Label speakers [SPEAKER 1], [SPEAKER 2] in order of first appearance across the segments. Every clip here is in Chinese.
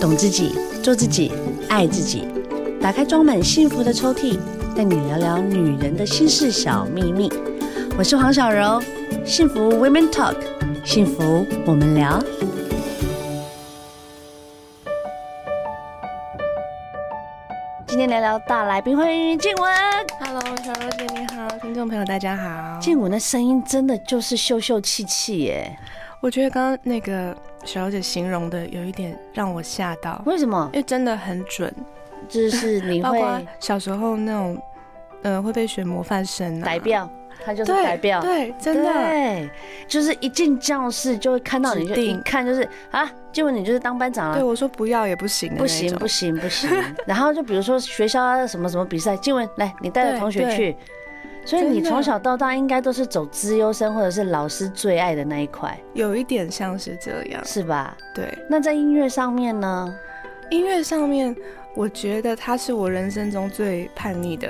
[SPEAKER 1] 懂自己，做自己，爱自己。打开装满幸福的抽屉，带你聊聊女人的心事小秘密。我是黄小柔，幸福 Women Talk，幸福我们聊。今天聊聊大来宾欢迎静雯。
[SPEAKER 2] Hello，小柔姐你好，听众朋友大家好。
[SPEAKER 1] 静雯的声音真的就是秀秀气气耶，
[SPEAKER 2] 我觉得刚刚那个小柔姐形容的有一点让我吓到，
[SPEAKER 1] 为什么
[SPEAKER 2] 因？为真的很准，
[SPEAKER 1] 就是你
[SPEAKER 2] 包
[SPEAKER 1] 会
[SPEAKER 2] 括小时候那种，呃，会被选模范生啊，
[SPEAKER 1] 改
[SPEAKER 2] 变，
[SPEAKER 1] 变，他就是
[SPEAKER 2] 对，
[SPEAKER 1] 改变。
[SPEAKER 2] 对，真的，
[SPEAKER 1] 对，就是一进教室就会看到你，就
[SPEAKER 2] 指
[SPEAKER 1] 一
[SPEAKER 2] 定
[SPEAKER 1] 看就是啊，结果你就是当班长
[SPEAKER 2] 对
[SPEAKER 1] 了。
[SPEAKER 2] 我说不要也不行的
[SPEAKER 1] 不
[SPEAKER 2] 那
[SPEAKER 1] 行
[SPEAKER 2] 种
[SPEAKER 1] 不，行不 行，然后就比如说学校啊什么什么比赛，静雯来，你带着
[SPEAKER 2] 对
[SPEAKER 1] 同学
[SPEAKER 2] 对
[SPEAKER 1] 去，所以你
[SPEAKER 2] 真的
[SPEAKER 1] 从小到大应该都是走资优生或者是老师最爱的那一块，
[SPEAKER 2] 有一点像是这样。
[SPEAKER 1] 是吧？
[SPEAKER 2] 对，
[SPEAKER 1] 那在音乐上面呢？
[SPEAKER 2] 音乐上面，我觉得它是我人生中最叛逆的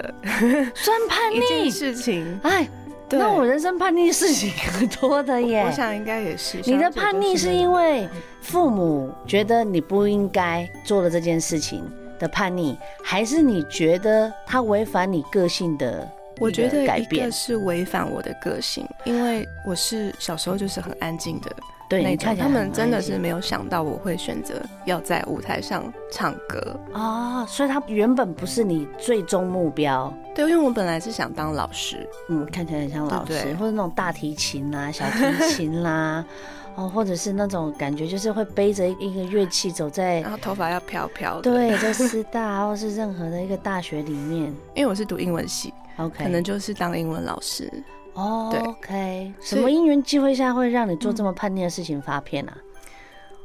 [SPEAKER 1] 算叛
[SPEAKER 2] 一件
[SPEAKER 1] 逆，
[SPEAKER 2] 事情。
[SPEAKER 1] 哎，
[SPEAKER 2] 对，
[SPEAKER 1] 那我人生叛逆事情可多的耶。
[SPEAKER 2] 我想应该也是。
[SPEAKER 1] 你
[SPEAKER 2] 小
[SPEAKER 1] 的
[SPEAKER 2] 柔姐
[SPEAKER 1] 叛
[SPEAKER 2] 都
[SPEAKER 1] 逆是
[SPEAKER 2] 是那
[SPEAKER 1] 因
[SPEAKER 2] 种
[SPEAKER 1] 为父母觉得你不应该做了这件事情的叛逆，还是你觉得他违反你个性的一个
[SPEAKER 2] 我觉得
[SPEAKER 1] 改
[SPEAKER 2] 一
[SPEAKER 1] 变
[SPEAKER 2] 个？是违反我的个性，因为我是小时候就是很安静的
[SPEAKER 1] 对，
[SPEAKER 2] 那
[SPEAKER 1] 你
[SPEAKER 2] 种
[SPEAKER 1] 看，起来
[SPEAKER 2] 他们
[SPEAKER 1] 很
[SPEAKER 2] 真的
[SPEAKER 1] 安
[SPEAKER 2] 是
[SPEAKER 1] 静
[SPEAKER 2] 没有想到我会选择要在舞台上唱歌。
[SPEAKER 1] 哦，所以他原本不是你最终目标。
[SPEAKER 2] 对，因为我本来是想当老师，
[SPEAKER 1] 嗯，看起来很像老师，
[SPEAKER 2] 对对
[SPEAKER 1] 或者那种大提琴啦、小提琴啦， 哦，或者是那种感觉就是会背着一个乐器走在
[SPEAKER 2] 然后头发要飘飘的。，
[SPEAKER 1] 对在师大或是任何的一个大学里面。
[SPEAKER 2] 因为我是读英文系，
[SPEAKER 1] OK，
[SPEAKER 2] 可能就是当英文老师。
[SPEAKER 1] 哦
[SPEAKER 2] 对
[SPEAKER 1] ，OK，什
[SPEAKER 2] 所以嗯
[SPEAKER 1] 么因缘机会下会让你做这么叛逆的事情发片啊？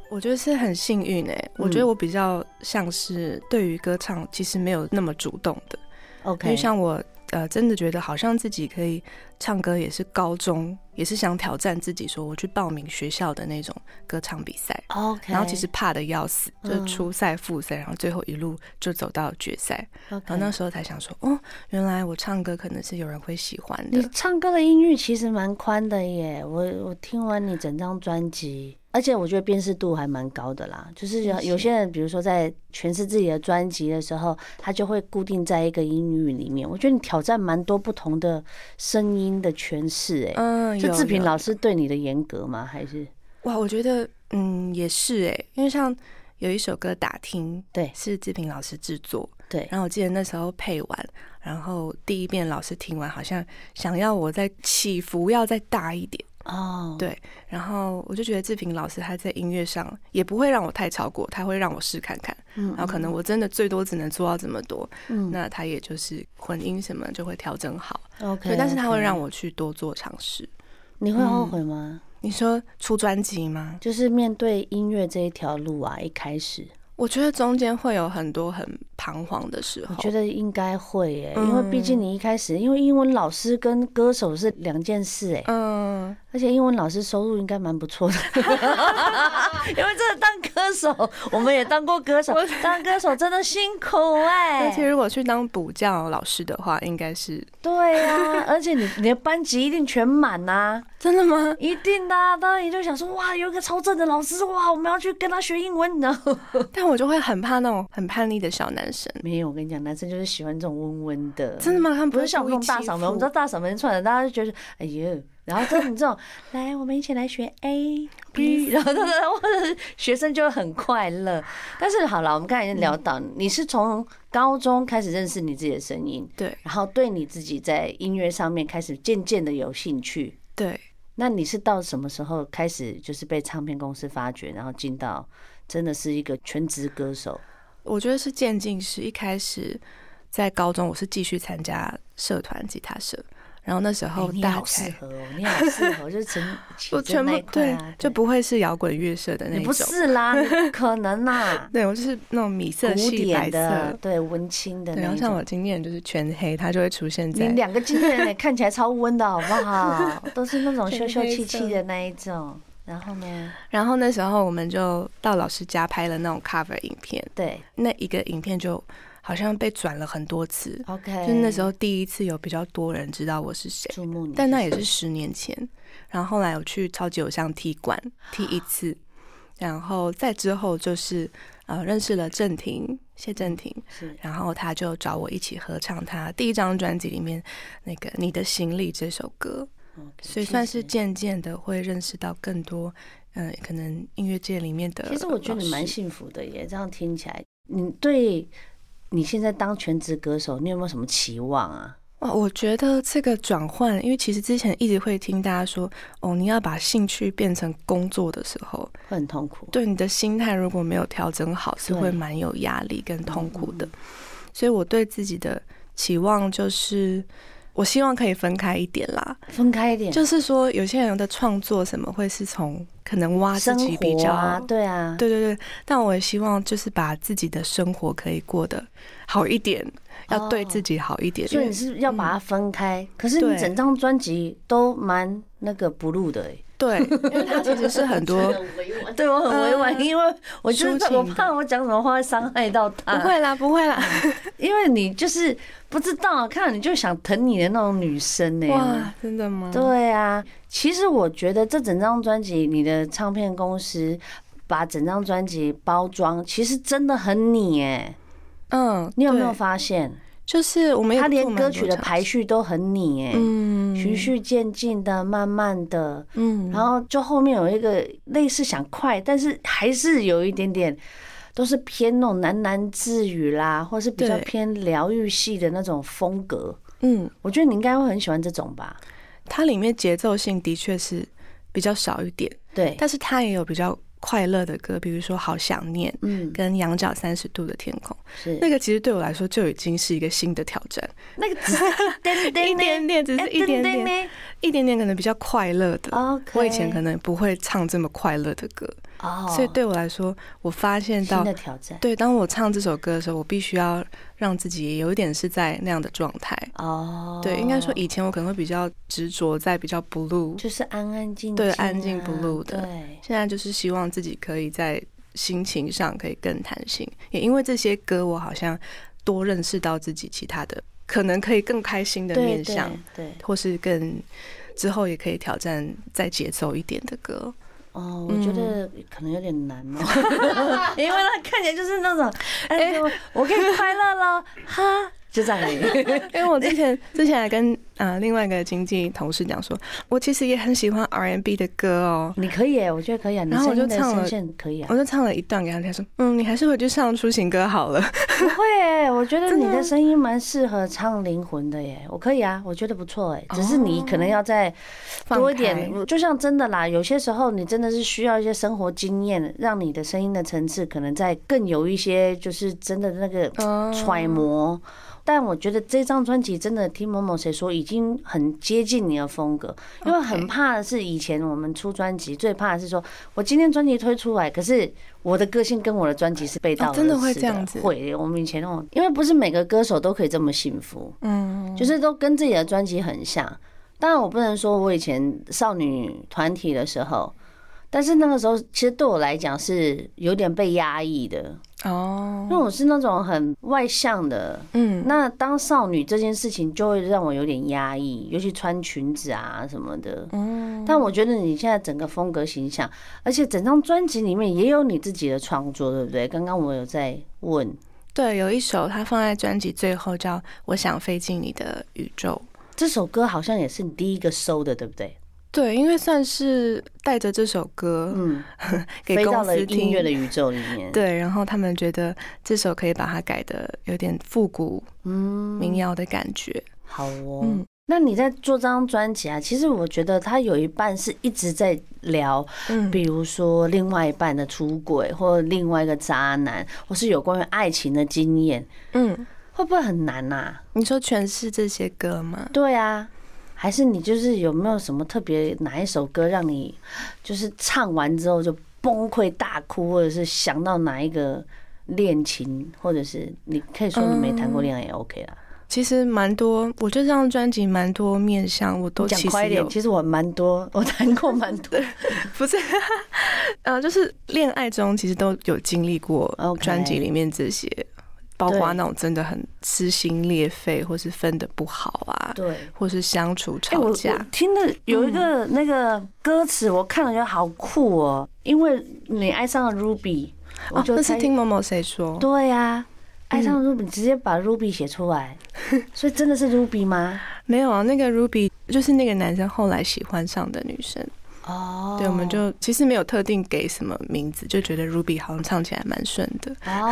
[SPEAKER 2] 我觉得是很幸运哎、我
[SPEAKER 1] 嗯
[SPEAKER 2] 觉得我比较像是对于歌唱其实没有那么主动的，因
[SPEAKER 1] OK，
[SPEAKER 2] 为像我呃真的觉得好像自己可以唱歌，也是高中也是想挑战自己，说我去报名学校的那种歌唱比赛。
[SPEAKER 1] OK，
[SPEAKER 2] 然后其实怕的要死，就
[SPEAKER 1] 嗯
[SPEAKER 2] 是初赛、复赛，然后最后一路就走到决赛。然
[SPEAKER 1] OK，
[SPEAKER 2] 后那时候才想说，哦，原来我唱歌可能是有人会喜欢
[SPEAKER 1] 你
[SPEAKER 2] 的。
[SPEAKER 1] 唱歌的音域其实蛮宽的耶，我我听完你整张专辑，而且我觉得辨识度还蛮高的啦。就是有
[SPEAKER 2] 谢谢
[SPEAKER 1] 有些人，比如说在诠释自己的专辑的时候，他就会固定在一个音域里面。我觉得你挑战蛮多不同的声音的诠释，哎，
[SPEAKER 2] 嗯，
[SPEAKER 1] 是
[SPEAKER 2] 有
[SPEAKER 1] 志平
[SPEAKER 2] 有
[SPEAKER 1] 老师对你的严格吗？还是
[SPEAKER 2] 哇，我觉得嗯也是哎、因为像有一首歌《打听》，
[SPEAKER 1] 对
[SPEAKER 2] 是志平老师制作，
[SPEAKER 1] 对
[SPEAKER 2] 然后我记得那时候配完，然后第一遍老师听完，好像想要我再起伏要再大一点，
[SPEAKER 1] 哦，
[SPEAKER 2] 对然后我就觉得志平老师他在音乐上也不会让我太超过，他会让我试看看，
[SPEAKER 1] 嗯
[SPEAKER 2] 然后可能我真的最多只能做到这么多，
[SPEAKER 1] 嗯
[SPEAKER 2] 那他也就是混音什么就会调整好，
[SPEAKER 1] OK，
[SPEAKER 2] 对，但是他会
[SPEAKER 1] OK
[SPEAKER 2] 让我去多做尝试。
[SPEAKER 1] 你会后
[SPEAKER 2] 嗯
[SPEAKER 1] 悔吗？
[SPEAKER 2] 你说出专辑吗？
[SPEAKER 1] 就是面对音乐这一条路啊，一开始
[SPEAKER 2] 我觉得中间会有很多很彷徨的时
[SPEAKER 1] 我
[SPEAKER 2] 候，
[SPEAKER 1] 觉得应该会耶、
[SPEAKER 2] 嗯
[SPEAKER 1] 因为毕竟你一开始，因为英文老师跟歌手是两件事哎、
[SPEAKER 2] 嗯，
[SPEAKER 1] 而且英文老师收入应该蛮不 错的，因为真的当歌手，我们也当过歌手， 当歌手真的辛苦哎、
[SPEAKER 2] 而且如果去当补教老师的话，应该是
[SPEAKER 1] 对呀、而且你你的班级一定全满呐、
[SPEAKER 2] 真的吗？
[SPEAKER 1] 一定的、啊，当然你就想说哇，有一个超正的老师，哇，我们要去跟他学英文呢。
[SPEAKER 2] 但我就会很怕那种很叛逆的小男生，
[SPEAKER 1] 没有，我跟你讲，男生就是喜欢这种温温的，
[SPEAKER 2] 真的吗？他
[SPEAKER 1] 嗯
[SPEAKER 2] 们
[SPEAKER 1] 不是
[SPEAKER 2] 会
[SPEAKER 1] 像我
[SPEAKER 2] 故
[SPEAKER 1] 们
[SPEAKER 2] 意
[SPEAKER 1] 这种大
[SPEAKER 2] 欺
[SPEAKER 1] 嗓门，
[SPEAKER 2] 负
[SPEAKER 1] 我们知道大嗓门串的，大家就觉得哎呦，然后像你这种， 来，我们一起来学 A B，然后 他的或者是学生就会很快乐。但是好了，我们刚才已经
[SPEAKER 2] 嗯
[SPEAKER 1] 聊到，你是从高中开始认识你自己的声音，
[SPEAKER 2] 对
[SPEAKER 1] 然后对你自己在音乐上面开始渐渐的有兴趣。
[SPEAKER 2] 对，
[SPEAKER 1] 那你是到什么时候开始就是被唱片公司发掘，然后进到真的是一个全职歌手？
[SPEAKER 2] 我觉得是渐进式。一开始在高中，我是继续参加社团吉他社，然后那时
[SPEAKER 1] 哎
[SPEAKER 2] 候
[SPEAKER 1] 你
[SPEAKER 2] 大
[SPEAKER 1] 好
[SPEAKER 2] 概
[SPEAKER 1] 适合哦，你好适合，就是陈
[SPEAKER 2] 我
[SPEAKER 1] 全
[SPEAKER 2] 全
[SPEAKER 1] 那
[SPEAKER 2] 部
[SPEAKER 1] 一块
[SPEAKER 2] 对
[SPEAKER 1] 啊，
[SPEAKER 2] 就不会是摇滚乐社的那
[SPEAKER 1] 你
[SPEAKER 2] 一
[SPEAKER 1] 不
[SPEAKER 2] 种，，
[SPEAKER 1] 是啦，你不可能啦
[SPEAKER 2] 对我就是那种米色
[SPEAKER 1] 古
[SPEAKER 2] 系
[SPEAKER 1] 典
[SPEAKER 2] 白
[SPEAKER 1] 的
[SPEAKER 2] 色，，
[SPEAKER 1] 对文青的
[SPEAKER 2] 对，然
[SPEAKER 1] 那
[SPEAKER 2] 后
[SPEAKER 1] 一
[SPEAKER 2] 像
[SPEAKER 1] 种。
[SPEAKER 2] 我今天就是全黑，它就会出现
[SPEAKER 1] 你
[SPEAKER 2] 在
[SPEAKER 1] 两个经纪人也看起来超温的好不好？ 都是那种
[SPEAKER 2] 全
[SPEAKER 1] 秀秀
[SPEAKER 2] 黑
[SPEAKER 1] 气气
[SPEAKER 2] 色
[SPEAKER 1] 的那一种。然后呢？
[SPEAKER 2] 然后那时候我们就到老师家拍了那种 cover 影片，
[SPEAKER 1] 对
[SPEAKER 2] 那一个影片就好像被转了很多次，
[SPEAKER 1] ，OK，
[SPEAKER 2] 就是那时候第一次有比较多人知道我是谁，
[SPEAKER 1] 注目你，
[SPEAKER 2] 但那也是十年前。然后后来我去超级偶像踢馆踢一次，然后再之后就是呃认识了郑婷，谢郑婷，
[SPEAKER 1] 是
[SPEAKER 2] 然后他就找我一起合唱他第一张专辑里面那个《你的行李》这首歌，
[SPEAKER 1] ，OK，
[SPEAKER 2] 所以算
[SPEAKER 1] 其实
[SPEAKER 2] 是渐渐的会认识到更多，嗯、可能音乐界里面呃的老师。
[SPEAKER 1] 其实我觉得你蛮幸福的耶，这样听起来，你对你现在当全职歌手，你有没有什么期望啊？
[SPEAKER 2] 哇，我觉得这个转换，因为其实之前一直会听大家说，哦，你要把兴趣变成工作的时候，
[SPEAKER 1] 会很痛苦，
[SPEAKER 2] 对你的心态如果没有调整好，是
[SPEAKER 1] 对嗯
[SPEAKER 2] 会蛮有压力跟痛苦的。所以我对自己的期望就是，我希望可以分开一点啦。
[SPEAKER 1] 分开一点，
[SPEAKER 2] 就是说，有些人的创作什么会是从可能挖自
[SPEAKER 1] 生
[SPEAKER 2] 己比
[SPEAKER 1] 活
[SPEAKER 2] 较，
[SPEAKER 1] 啊，对啊，
[SPEAKER 2] 对对对。但我也希望就是把自己的生活可以过得好一点，要对
[SPEAKER 1] 哦
[SPEAKER 2] 自己好一点。
[SPEAKER 1] 所以你是要把它分开，可是你
[SPEAKER 2] 对
[SPEAKER 1] 整张专辑都蛮那个 blue 的欸耶，
[SPEAKER 2] 对，因为它其实是 很多。
[SPEAKER 1] 嗯对我很委婉，因为我就是
[SPEAKER 2] 抒情
[SPEAKER 1] 我
[SPEAKER 2] 的
[SPEAKER 1] 怕我讲什么话会伤害到
[SPEAKER 2] 不
[SPEAKER 1] 他，
[SPEAKER 2] 会啦，不会啦，
[SPEAKER 1] 因为你就是不知道，看到你就想疼你的那种女生呢。
[SPEAKER 2] 哇，真的吗？
[SPEAKER 1] 嗯对啊，其实我觉得这整张专辑，你的唱片公司把整张专辑包装，其实真的很你哎，
[SPEAKER 2] 嗯，
[SPEAKER 1] 你有没有
[SPEAKER 2] 对
[SPEAKER 1] 发现？
[SPEAKER 2] 就是我们也
[SPEAKER 1] 他连
[SPEAKER 2] 做蛮
[SPEAKER 1] 歌
[SPEAKER 2] 多
[SPEAKER 1] 曲的
[SPEAKER 2] 尝
[SPEAKER 1] 排
[SPEAKER 2] 试，
[SPEAKER 1] 序都很你哎，
[SPEAKER 2] 嗯
[SPEAKER 1] 循序渐进的，慢慢的，
[SPEAKER 2] 嗯，
[SPEAKER 1] 然后就后面有一个类似想快，但是还是有一点点。都是偏那种喃喃自语啦，或是比较
[SPEAKER 2] 对
[SPEAKER 1] 偏疗愈系的那种风格。
[SPEAKER 2] 嗯，
[SPEAKER 1] 我觉得你应该会很喜欢这种吧？
[SPEAKER 2] 它里面节奏性的确是比较少一点，
[SPEAKER 1] 对，
[SPEAKER 2] 但是它也有比较快乐的歌，比如说《好想念》
[SPEAKER 1] 嗯，
[SPEAKER 2] 跟《仰角三十度的天空》，
[SPEAKER 1] 是
[SPEAKER 2] 那个其实对我来说就已经是一个新的挑战，
[SPEAKER 1] 那个只是一点点
[SPEAKER 2] 一点点，
[SPEAKER 1] 哎
[SPEAKER 2] 只是一点点，
[SPEAKER 1] 点。
[SPEAKER 2] 一点点可能比较快乐的。
[SPEAKER 1] 哦 OK，
[SPEAKER 2] 我以前可能不会唱这么快乐的歌，
[SPEAKER 1] 哦，
[SPEAKER 2] 所以对我来说，我发现
[SPEAKER 1] 新
[SPEAKER 2] 到
[SPEAKER 1] 的挑战
[SPEAKER 2] 对，当我唱这首歌的时候，我必须要让自己有一点是在那样的状态。
[SPEAKER 1] 哦，
[SPEAKER 2] 对，应该说以前我可能会比较执着在比较 blue，
[SPEAKER 1] 就是安安静静啊，
[SPEAKER 2] 对安静不露的
[SPEAKER 1] 对，
[SPEAKER 2] 现在就是希望自己可以在心情上可以更弹性。也因为这些歌，我好像多认识到自己其他的可能可以更开心的
[SPEAKER 1] 对
[SPEAKER 2] 面
[SPEAKER 1] 对
[SPEAKER 2] 向，
[SPEAKER 1] 对，
[SPEAKER 2] 或是更之后也可以挑战再节奏一点的 歌。
[SPEAKER 1] 哦，我觉
[SPEAKER 2] 嗯
[SPEAKER 1] 得可能有点难哦， 因为他看起来就是那种，哎，我我可以快乐了，哈，就这样而已。
[SPEAKER 2] 因为我之前之前还跟呃另外一个经纪同事讲说，我其实也很喜欢 R&B 的歌哦。
[SPEAKER 1] 你可以耶，我觉得可以啊，你
[SPEAKER 2] 然后
[SPEAKER 1] 声
[SPEAKER 2] 我就
[SPEAKER 1] 音的
[SPEAKER 2] 唱
[SPEAKER 1] 声
[SPEAKER 2] 了
[SPEAKER 1] 线可以啊
[SPEAKER 2] 我，就唱了一段给他听，他说：“嗯，你还是回去唱抒情歌好了。
[SPEAKER 1] 不会耶，我觉得
[SPEAKER 2] 真
[SPEAKER 1] 你
[SPEAKER 2] 的
[SPEAKER 1] 的
[SPEAKER 2] 吗
[SPEAKER 1] 声音蛮适合唱灵魂的耶，我可以啊，我觉得不错哎，只是你可能要在
[SPEAKER 2] 哦放
[SPEAKER 1] 多一
[SPEAKER 2] 开
[SPEAKER 1] 点，就像真的啦，有些时候你真的是需要一些生活经验，让你的声音的层次可能在更有一些，就是真的那个
[SPEAKER 2] 哦
[SPEAKER 1] 揣摩。但我觉得这张专辑真的听某某谁说已经很接近你的风格，因为很怕的是以前我们出专辑最怕的是说我今天专辑推出来，可是我的个性跟我的专辑是背道而
[SPEAKER 2] 哦
[SPEAKER 1] 驰
[SPEAKER 2] 真的会这样子
[SPEAKER 1] 会，我们以前那种，因为不是每个歌手都可以这么幸福，
[SPEAKER 2] 嗯，
[SPEAKER 1] 就是都跟自己的专辑很像。当然，我不能说我以前少女团体的时候，但是那个时候其实对我来讲是有点被压抑的，
[SPEAKER 2] 哦
[SPEAKER 1] 因，为我是那种很外向的。
[SPEAKER 2] 嗯，
[SPEAKER 1] 那当少女这件事情就会让我有点压抑，尤其穿裙子啊什么的。
[SPEAKER 2] 嗯，
[SPEAKER 1] 但我觉得你现在整个风格形象，而且整张专辑里面也有你自己的创作，对不对？刚刚我有在问，
[SPEAKER 2] 对，有一首他放在专辑最后叫《我想飞进你的宇宙》。
[SPEAKER 1] 这首歌好像也是你第一个收的，对不对？
[SPEAKER 2] 对，因为算是带着这首歌
[SPEAKER 1] 嗯，
[SPEAKER 2] 给
[SPEAKER 1] 飞到
[SPEAKER 2] 公
[SPEAKER 1] 了
[SPEAKER 2] 司
[SPEAKER 1] 音乐
[SPEAKER 2] 听，
[SPEAKER 1] 的宇宙里面。，
[SPEAKER 2] 对，然后他们觉得这首可以把它改的有点复古
[SPEAKER 1] 嗯，
[SPEAKER 2] 民谣的感觉。
[SPEAKER 1] 好哦。
[SPEAKER 2] 嗯
[SPEAKER 1] 那你在做这张专辑啊？其实我觉得它有一半是一直在聊，
[SPEAKER 2] 嗯，
[SPEAKER 1] 比如说另外一半的出轨，或另外一个渣男，或是有关于爱情的经验，
[SPEAKER 2] 嗯，
[SPEAKER 1] 会不会很难呐、啊？
[SPEAKER 2] 你说全是这些歌吗？
[SPEAKER 1] 对啊，还是你就是有没有什么特别哪一首歌让你就是唱完之后就崩溃大哭，或者是想到哪一个恋情，或者是你可以说你没谈过恋爱也 OK 啦。
[SPEAKER 2] 其实蛮多，我觉得这张专辑蛮多面向，我都
[SPEAKER 1] 讲
[SPEAKER 2] 其
[SPEAKER 1] 快
[SPEAKER 2] 实
[SPEAKER 1] 一点，
[SPEAKER 2] 有，
[SPEAKER 1] 其实我蛮多，我谈过蛮 多。
[SPEAKER 2] 不是，呃，就是恋爱中其实都有经历过
[SPEAKER 1] OK
[SPEAKER 2] 专辑里面这些，包
[SPEAKER 1] 对
[SPEAKER 2] 括那种真的很撕心裂肺，或是分的不好啊，
[SPEAKER 1] 对，
[SPEAKER 2] 或是相处
[SPEAKER 1] 哎，我
[SPEAKER 2] 吵
[SPEAKER 1] 我
[SPEAKER 2] 架，哦
[SPEAKER 1] 听的有一个那个歌词，我看了觉得好酷哦，因为你爱上了 Ruby，我
[SPEAKER 2] 哦，
[SPEAKER 1] 就
[SPEAKER 2] 那是
[SPEAKER 1] 猜
[SPEAKER 2] 听某某谁说，
[SPEAKER 1] 对呀、
[SPEAKER 2] 嗯
[SPEAKER 1] 爱上 Ruby，你直接把 Ruby 写出 来，所以真的是 Ruby 吗？
[SPEAKER 2] 没有啊，那个 Ruby 就是那个男生后来喜欢上的女生。
[SPEAKER 1] 哦，
[SPEAKER 2] 对，我们就其实没有特定给什么名字，就觉得 Ruby 好像唱起来蛮顺的，
[SPEAKER 1] 哦，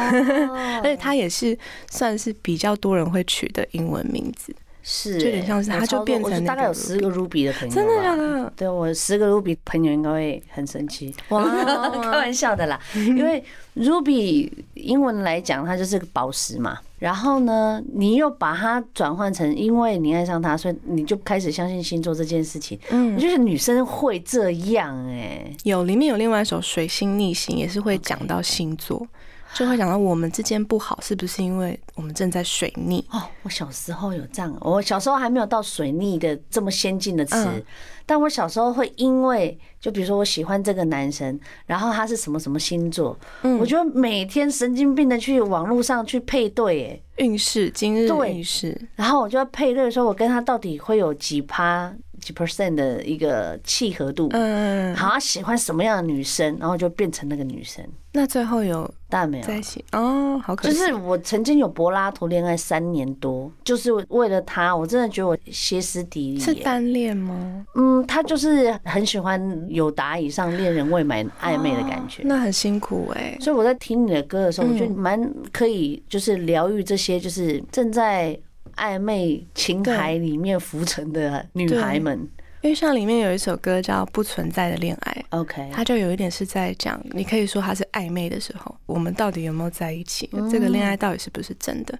[SPEAKER 2] 而且它也是算是比较多人会取的英文名字，
[SPEAKER 1] 是
[SPEAKER 2] 就有点像是
[SPEAKER 1] 欸我
[SPEAKER 2] 它就
[SPEAKER 1] 超多
[SPEAKER 2] 变
[SPEAKER 1] 我
[SPEAKER 2] 成那
[SPEAKER 1] 大概
[SPEAKER 2] 个
[SPEAKER 1] 有十个 Ruby 的朋友，
[SPEAKER 2] 真的假？的？
[SPEAKER 1] 对我十个 Ruby 朋友应该会很生气，
[SPEAKER 2] 哇
[SPEAKER 1] 开玩笑 的啦，因为 Ruby 英文来讲它就是个宝石嘛，然后呢，你又把它转换成因为你爱上他，所以你就开始相信星座这件事情。我
[SPEAKER 2] 嗯，
[SPEAKER 1] 觉得女生会这样哎、
[SPEAKER 2] 有里面有另外一首《水星逆行》，也是会讲到星座。就会讲到我们之间不好，是不是因为我们正在水逆？
[SPEAKER 1] 哦，我小时候有这样，我小时候还没有到水逆的这么先进的词，
[SPEAKER 2] 嗯
[SPEAKER 1] 但我小时候会因为，就比如说我喜欢这个男生，然后他是什么什么星座，
[SPEAKER 2] 嗯
[SPEAKER 1] 我就会每天神经病的去网络上去配对，哎，
[SPEAKER 2] 运势，今日
[SPEAKER 1] 对
[SPEAKER 2] 运势，
[SPEAKER 1] 然后我就要配对说，我跟他到底会有几趴几 percent 的一个契合度，
[SPEAKER 2] 嗯，
[SPEAKER 1] 好，他喜欢什么样的女生，然后就变成那个女生，
[SPEAKER 2] 那最后有
[SPEAKER 1] 当然没有
[SPEAKER 2] 在一起哦，好可
[SPEAKER 1] 就
[SPEAKER 2] 惜，
[SPEAKER 1] 是我曾经有柏拉图恋爱三年多，就是为了他，我真的觉得我歇斯底里。
[SPEAKER 2] 是单恋吗？
[SPEAKER 1] 嗯，他就是很喜欢有达以上恋人未满暧昧的感觉。
[SPEAKER 2] 那很辛苦哎、
[SPEAKER 1] 所以我在听你的歌的时候，我觉得
[SPEAKER 2] 哦嗯
[SPEAKER 1] 蛮可以，就是疗愈这些就是正在暧昧情海里面浮沉的女孩们。
[SPEAKER 2] 因为像里面有一首歌叫《不存在的恋爱》，
[SPEAKER 1] OK，
[SPEAKER 2] 它就有一点是在讲，你可以说它是暧昧的时候，我们到底有没有在一起？这个恋爱到底是不是真的？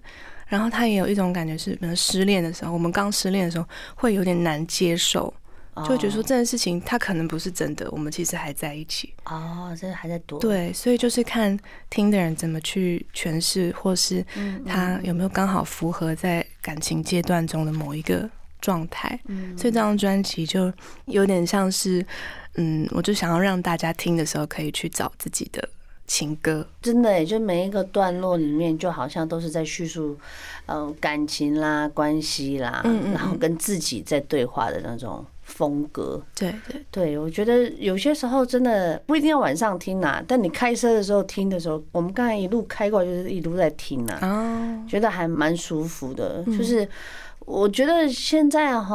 [SPEAKER 2] 然后它也有一种感觉是，比如失恋的时候，我们刚失恋的时候会有点难接受，就会觉得说这件事情它可能不是真的，我们其实还在一起。
[SPEAKER 1] 哦，哦这还在躲。
[SPEAKER 2] 对，所以就是看听的人怎么去诠释，或是他有没有刚好符合在感情阶段中的某一个状态。所以这张专辑就有点像是，嗯，我就想要让大家听的时候可以去找自己的情歌。
[SPEAKER 1] 真的耶，就每一个段落里面，就好像都是在叙述，呃，感情啦、关系啦，
[SPEAKER 2] 嗯嗯嗯
[SPEAKER 1] 然后跟自己在对话的那种风格。
[SPEAKER 2] 对对，
[SPEAKER 1] 对，我觉得有些时候真的不一定要晚上听啦、但你开车的时候听的时候，我们刚才一路开过来就是一路在听啦、
[SPEAKER 2] 哦，
[SPEAKER 1] 觉得还蛮舒服的。就是我觉得现在哈，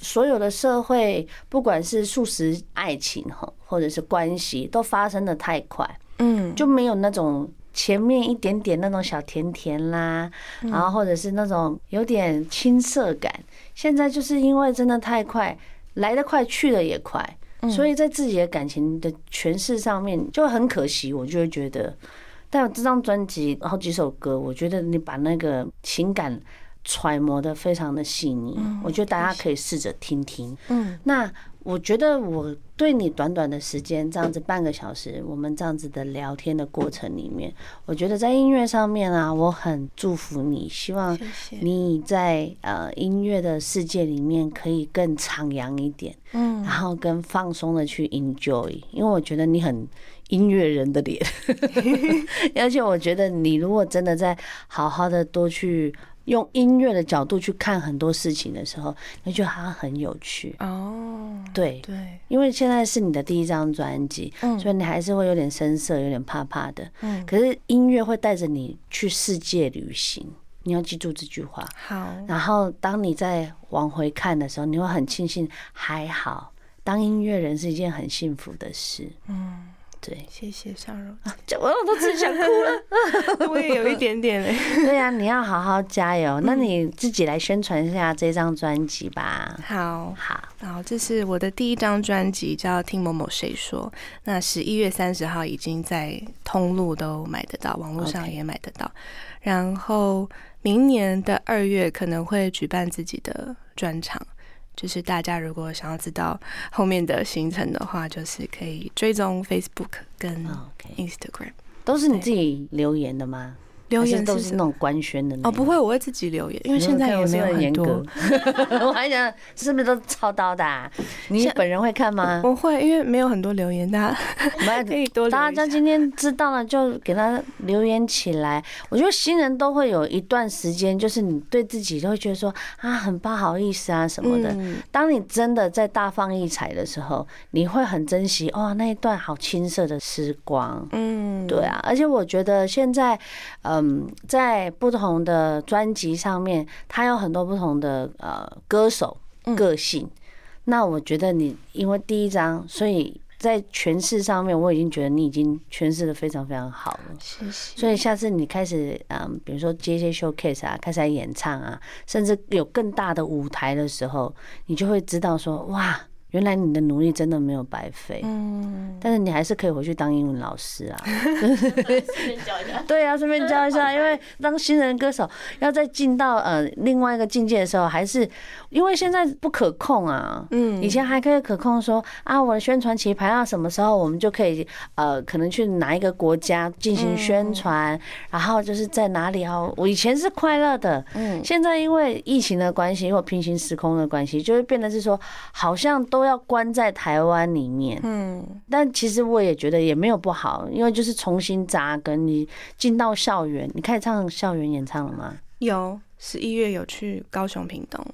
[SPEAKER 1] 所有的社会，不管是素食爱情哈，或者是关系，都发生的太快。
[SPEAKER 2] 嗯，
[SPEAKER 1] 就没有那种前面一点点那种小甜甜啦，然后或者是那种有点青涩感。现在就是因为真的太快，来得快去得也快，所以在自己的感情的诠释上面就很可惜，我就会觉得。但有这张专辑好几首歌，我觉得你把那个情感揣摩的非常的细腻，我觉得大家可以试着听听。
[SPEAKER 2] 嗯，
[SPEAKER 1] 那我觉得我对你短短的时间，这样子半个小时，我们这样子的聊天的过程里面，我觉得在音乐上面啊，我很祝福你，希望
[SPEAKER 2] 谢谢，
[SPEAKER 1] 你在呃音乐的世界里面可以更徜徉一点，
[SPEAKER 2] 嗯
[SPEAKER 1] 然，后更放松的去 enjoy，因为我觉得你很音乐人的 脸，而且我觉得你如果真的在好好的多去用音乐的角度去看很多事情的时候，你就觉得它很有趣，
[SPEAKER 2] 哦，
[SPEAKER 1] 对。
[SPEAKER 2] 对，
[SPEAKER 1] 因为现在是你的第一张专辑，
[SPEAKER 2] 嗯
[SPEAKER 1] 所以你还是会有点生涩，有点怕怕的。
[SPEAKER 2] 嗯
[SPEAKER 1] 可是音乐会带着你去世界旅行，你要记住这句话。
[SPEAKER 2] 好，
[SPEAKER 1] 然后当你再往回看的时候，你会很庆幸，还好，当音乐人是一件很幸福的事。
[SPEAKER 2] 嗯，
[SPEAKER 1] 对，
[SPEAKER 2] 谢谢笑容，
[SPEAKER 1] 这我我都只想哭了。
[SPEAKER 2] 我也有一点点嘞。
[SPEAKER 1] 对啊，你要好好加油。那你自己来宣传一下这张专辑吧。
[SPEAKER 2] 好，
[SPEAKER 1] 好，
[SPEAKER 2] 然后这是我的第一张专辑，叫《听某某谁说》。那十一月三十号已经在通路都买得到，网络上
[SPEAKER 1] OK
[SPEAKER 2] 也买得到。然后明年的二月可能会举办自己的专场，就是大家如果想要知道后面的行程的话，就是可以追踪 Facebook 跟
[SPEAKER 1] OK，
[SPEAKER 2] Instagram。
[SPEAKER 1] 都是你自己留言的吗？
[SPEAKER 2] 留
[SPEAKER 1] 还是
[SPEAKER 2] 言
[SPEAKER 1] 都
[SPEAKER 2] 什
[SPEAKER 1] 是
[SPEAKER 2] 么
[SPEAKER 1] 那种官宣的那
[SPEAKER 2] 哦，不
[SPEAKER 1] 种，
[SPEAKER 2] 会，我会自己留言，因为现在
[SPEAKER 1] 我
[SPEAKER 2] 也没
[SPEAKER 1] 看
[SPEAKER 2] 有
[SPEAKER 1] 我是不是
[SPEAKER 2] 很
[SPEAKER 1] 严
[SPEAKER 2] 多
[SPEAKER 1] 格。， 我还想是不是都操刀的啊？你
[SPEAKER 2] 现
[SPEAKER 1] 本人会看吗？
[SPEAKER 2] 我会，因为没有很多留言，大家
[SPEAKER 1] 没有
[SPEAKER 2] 可以多留
[SPEAKER 1] 大
[SPEAKER 2] 一下
[SPEAKER 1] 家今天知道了，就给他留言起来。我觉得新人都会有一段时间，就是你对自己都会觉得说啊，很不好意思啊什么的。
[SPEAKER 2] 嗯
[SPEAKER 1] 当你真的在大放异彩的时候，你会很珍惜哦那一段好青涩的时光。
[SPEAKER 2] 嗯，
[SPEAKER 1] 对啊，而且我觉得现在，嗯，在不同的专辑上面，它有很多不同的呃歌手个性。那我觉得你因为第一张，所以在诠释上面，我已经觉得你已经诠释的非常非常好了。
[SPEAKER 2] 谢谢。
[SPEAKER 1] 所以下次你开始，嗯，比如说接一些 showcase 啊，开始来演唱啊，甚至有更大的舞台的时候，你就会知道说，哇，原来你的努力真的没有白费。
[SPEAKER 2] 嗯，
[SPEAKER 1] 但是你还是可以回去当英文老师啊。
[SPEAKER 3] 顺便教一下。
[SPEAKER 1] 对啊，顺便教一 下，因为当新人歌手要再进到呃另外一个境界的时候，还是因为现在不可控啊。
[SPEAKER 2] 嗯
[SPEAKER 1] 以前还可以可控说啊，我的宣传期排到什么时候，我们就可以呃，可能去哪一个国家进行宣
[SPEAKER 3] 嗯
[SPEAKER 1] 传，然后就是在哪里哦。我以前是快乐的，
[SPEAKER 2] 嗯
[SPEAKER 1] 现在因为疫情的关系或平行时空的关系，就会变得是说，好像都要关在台湾里面。
[SPEAKER 2] 嗯
[SPEAKER 1] 但其实我也觉得也没有不好，因为就是重新扎根。你进到校园，你开始唱校园演唱了吗？
[SPEAKER 2] 有十一月有去高雄屏东，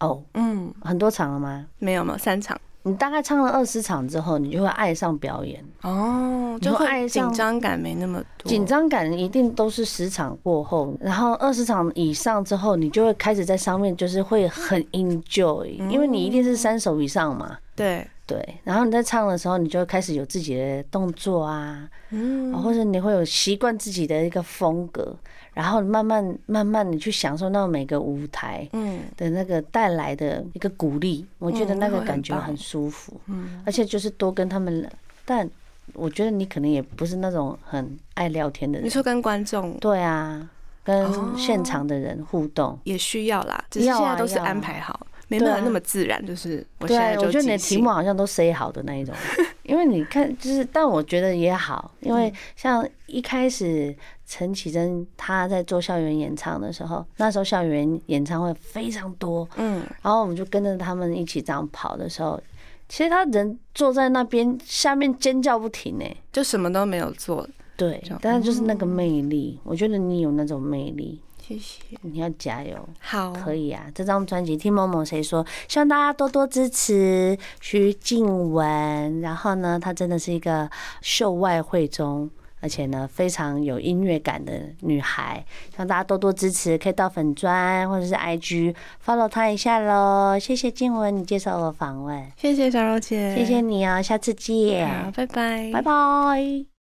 [SPEAKER 1] 哦，
[SPEAKER 2] 嗯，
[SPEAKER 1] 很多场了吗？
[SPEAKER 2] 没有没有三场
[SPEAKER 1] 你大概唱了二十场之后，你就会爱上表演，
[SPEAKER 2] 哦，
[SPEAKER 1] 你
[SPEAKER 2] 就
[SPEAKER 1] 会
[SPEAKER 2] 会
[SPEAKER 1] 爱上
[SPEAKER 2] 紧张感没那么多，
[SPEAKER 1] 紧张感一定都是十场过后，然后二十场以上之后，你就会开始在上面就是会很 enjoy，因为你一定是三首以上嘛。
[SPEAKER 2] 对，
[SPEAKER 1] 对，然后你在唱的时候，你就会开始有自己的动作啊，
[SPEAKER 2] 嗯
[SPEAKER 1] 或者你会有习惯自己的一个风格，然后慢慢慢慢你去享受到每个舞台
[SPEAKER 2] 嗯
[SPEAKER 1] 的那个带来的一个鼓励，我觉得
[SPEAKER 2] 嗯
[SPEAKER 1] 那个
[SPEAKER 2] 那会
[SPEAKER 1] 感
[SPEAKER 2] 很
[SPEAKER 1] 觉
[SPEAKER 2] 棒
[SPEAKER 1] 很舒服，
[SPEAKER 2] 嗯，
[SPEAKER 1] 而且就是多跟他们，但我觉得你可能也不是那种很爱聊天的
[SPEAKER 2] 你
[SPEAKER 1] 人，
[SPEAKER 2] 说跟观众
[SPEAKER 1] 对啊，
[SPEAKER 2] 哦
[SPEAKER 1] 跟现场的人互动。
[SPEAKER 2] 也需要啦，只是现
[SPEAKER 1] 要啊
[SPEAKER 2] 在都是
[SPEAKER 1] 要啊
[SPEAKER 2] 安排好，没
[SPEAKER 1] 对啊
[SPEAKER 2] 办法那么自然，就是我
[SPEAKER 1] 对
[SPEAKER 2] 现
[SPEAKER 1] 啊，
[SPEAKER 2] 在就
[SPEAKER 1] 我觉得你的
[SPEAKER 2] 即兴
[SPEAKER 1] 题目好像都 say 好的那一种， 因为你看，就是，但我觉得也好，因为像一开始陈绮贞她在做校园演唱的时候，那时候校园演唱会非常多，
[SPEAKER 2] 嗯
[SPEAKER 1] 然后我们就跟着他们一起这样跑的时候，其实他人坐在那边下面尖叫不停呢、欸
[SPEAKER 2] 就什么都没有做，
[SPEAKER 1] 对
[SPEAKER 2] 这样，
[SPEAKER 1] 但是就是那个魅力，我觉得你有那种魅力，
[SPEAKER 2] 谢谢，
[SPEAKER 1] 你要加油。
[SPEAKER 2] 好，
[SPEAKER 1] 可以啊，这张专辑《听某某谁说》，希望大家多多支持徐静雯。然后呢，她真的是一个秀外慧中，而且呢非常有音乐感的女孩，希望大家多多支持，可以到粉砖或者是 IG follow 她一下喽。谢谢静雯，你接受我访问，
[SPEAKER 2] 谢谢小柔姐，
[SPEAKER 1] 谢谢你哦，下次
[SPEAKER 2] 好，
[SPEAKER 1] 见，
[SPEAKER 2] 拜拜，
[SPEAKER 1] 拜拜。